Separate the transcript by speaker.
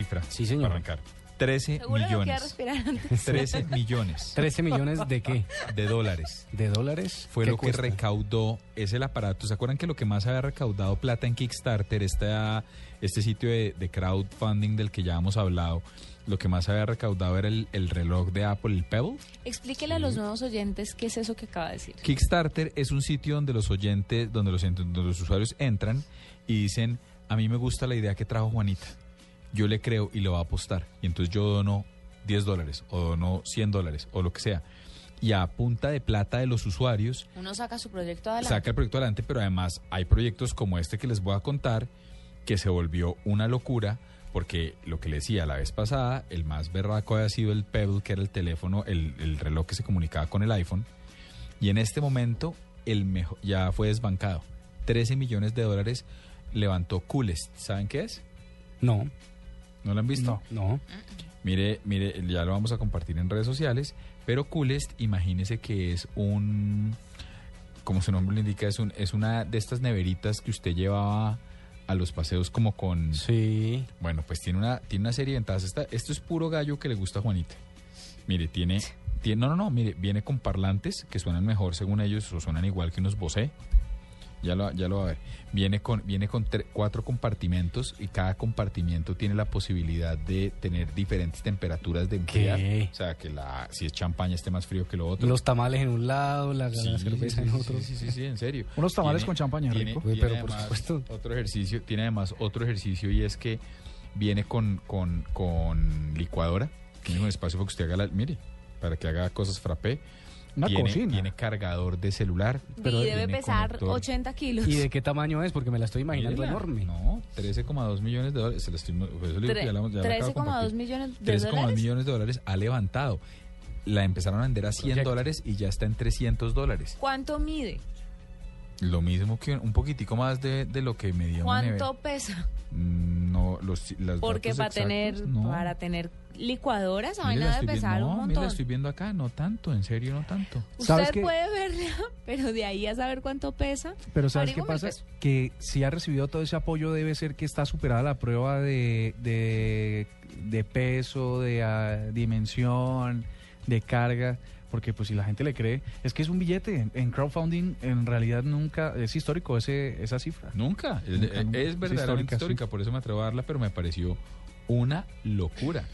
Speaker 1: cifra.
Speaker 2: Sí, señor.
Speaker 1: Para arrancar. 13
Speaker 3: Seguro no quiero
Speaker 1: millones.
Speaker 3: respirar antes.
Speaker 1: 13 millones
Speaker 2: 13 millones de qué?
Speaker 1: de dólares.
Speaker 2: ¿De dólares?
Speaker 1: Fue
Speaker 2: ¿Qué
Speaker 1: lo que
Speaker 2: cuesta?
Speaker 1: recaudó, es el aparato. ¿Se acuerdan que lo que más había recaudado plata en Kickstarter, esta, este sitio de, de crowdfunding del que ya hemos hablado, lo que más había recaudado era el, el reloj de Apple, el Pebble?
Speaker 3: Explíquele a los nuevos oyentes qué es eso que acaba de decir.
Speaker 1: Kickstarter es un sitio donde los oyentes, donde los, ent- donde los usuarios entran y dicen, a mí me gusta la idea que trajo Juanita, yo le creo y le voy a apostar. Y entonces yo dono 10 dólares o dono 100 dólares o lo que sea. Y a punta de plata de los usuarios
Speaker 3: Uno saca su proyecto adelante.
Speaker 1: saca el proyecto adelante, pero además hay proyectos como este que les voy a contar que se volvió una locura porque lo que le decía la vez pasada, el más berraco había sido el Pebble, que era el teléfono, el, el reloj que se comunicaba con el iPhone. Y en este momento el mejo- ya fue desbancado. 13 millones de dólares levantó Coolest. ¿Saben qué es?
Speaker 2: No,
Speaker 1: ¿No lo han visto?
Speaker 2: no, no.
Speaker 1: Mire, mire, ya lo vamos a compartir en redes sociales, pero Coolest, imagínese que es un, como su nombre lo indica, es, un, es una de estas neveritas que usted llevaba a los paseos como con...
Speaker 2: Sí.
Speaker 1: Bueno, pues tiene una, tiene una serie de ventajas. Esta- esto es puro gallo que le gusta a Juanita. Mire, tiene, tiene... No, no, no, mire, viene con parlantes que suenan mejor según ellos o suenan igual que unos Bose. Ya lo, ya lo va a ver. Viene con, viene con tre- cuatro compartimentos y cada compartimiento tiene la posibilidad de tener diferentes temperaturas de enfriar.
Speaker 2: ¿Qué?
Speaker 1: O sea, que la, si es champaña esté más frío que lo otro.
Speaker 2: Los tamales en un lado, la, la
Speaker 1: Sí,
Speaker 2: cerveza
Speaker 1: sí,
Speaker 2: en
Speaker 1: sí,
Speaker 2: otro.
Speaker 1: Sí, sí, sí, en serio.
Speaker 4: Unos tamales con champaña, rico.
Speaker 2: Uy,
Speaker 1: tiene
Speaker 2: pero por
Speaker 1: además
Speaker 2: supuesto.
Speaker 1: Otro ejercicio, tiene además otro ejercicio y es que viene con, con, con licuadora. Tiene un espacio para que usted haga la. Mire, para que haga cosas frappé.
Speaker 4: Una
Speaker 1: tiene,
Speaker 4: cocina.
Speaker 1: Tiene cargador de celular.
Speaker 3: Pero y debe
Speaker 1: tiene
Speaker 3: pesar
Speaker 1: conector.
Speaker 3: 80 kilos.
Speaker 2: ¿Y de qué tamaño es? Porque me la estoy imaginando
Speaker 1: Mírela.
Speaker 2: enorme.
Speaker 1: No, 13,2 millones de dólares. Se la estoy, por eso le digo que ya la- ya la acabo de
Speaker 3: 13,2
Speaker 1: compartir.
Speaker 3: millones de
Speaker 1: 13,2
Speaker 3: dólares.
Speaker 1: millones de dólares ha levantado. La empezaron a vender a 100
Speaker 2: Proyecto.
Speaker 1: dólares y ya está en 300 dólares.
Speaker 3: ¿Cuánto mide?
Speaker 1: Lo mismo que un- un poquitico más de, de lo que medía una nevera.
Speaker 3: ¿Cuánto pesa?
Speaker 1: Mm, No, los, las
Speaker 3: Porque
Speaker 1: datos
Speaker 3: para
Speaker 1: exactos,
Speaker 3: tener,
Speaker 1: no.
Speaker 3: para tener licuadora, esa
Speaker 1: Mire, la
Speaker 3: vaina
Speaker 1: estoy
Speaker 3: debe
Speaker 1: vi-
Speaker 3: pesar
Speaker 1: no,
Speaker 3: un
Speaker 1: mire, la
Speaker 3: montón.
Speaker 1: estoy viendo acá, no tanto, en serio, no tanto.
Speaker 4: ¿Sabes
Speaker 3: Usted
Speaker 4: qué?
Speaker 3: puede verla, pero de ahí a saber cuánto pesa.
Speaker 4: Pero ¿sabes qué
Speaker 3: Averígüeme
Speaker 4: pasa?
Speaker 3: el peso.
Speaker 4: Que si ha recibido todo ese apoyo, debe ser que está superada la prueba de, de, de peso, de ah, dimensión, de carga. Porque pues si la gente le cree, es que es un billete. En crowdfunding en realidad nunca es histórico ese, esa cifra.
Speaker 1: Nunca, es,
Speaker 4: Nunca,
Speaker 1: es
Speaker 4: nunca. Es
Speaker 1: verdaderamente
Speaker 4: histórica, sí.
Speaker 1: histórica, por eso me atrevo a darla, pero me pareció una locura.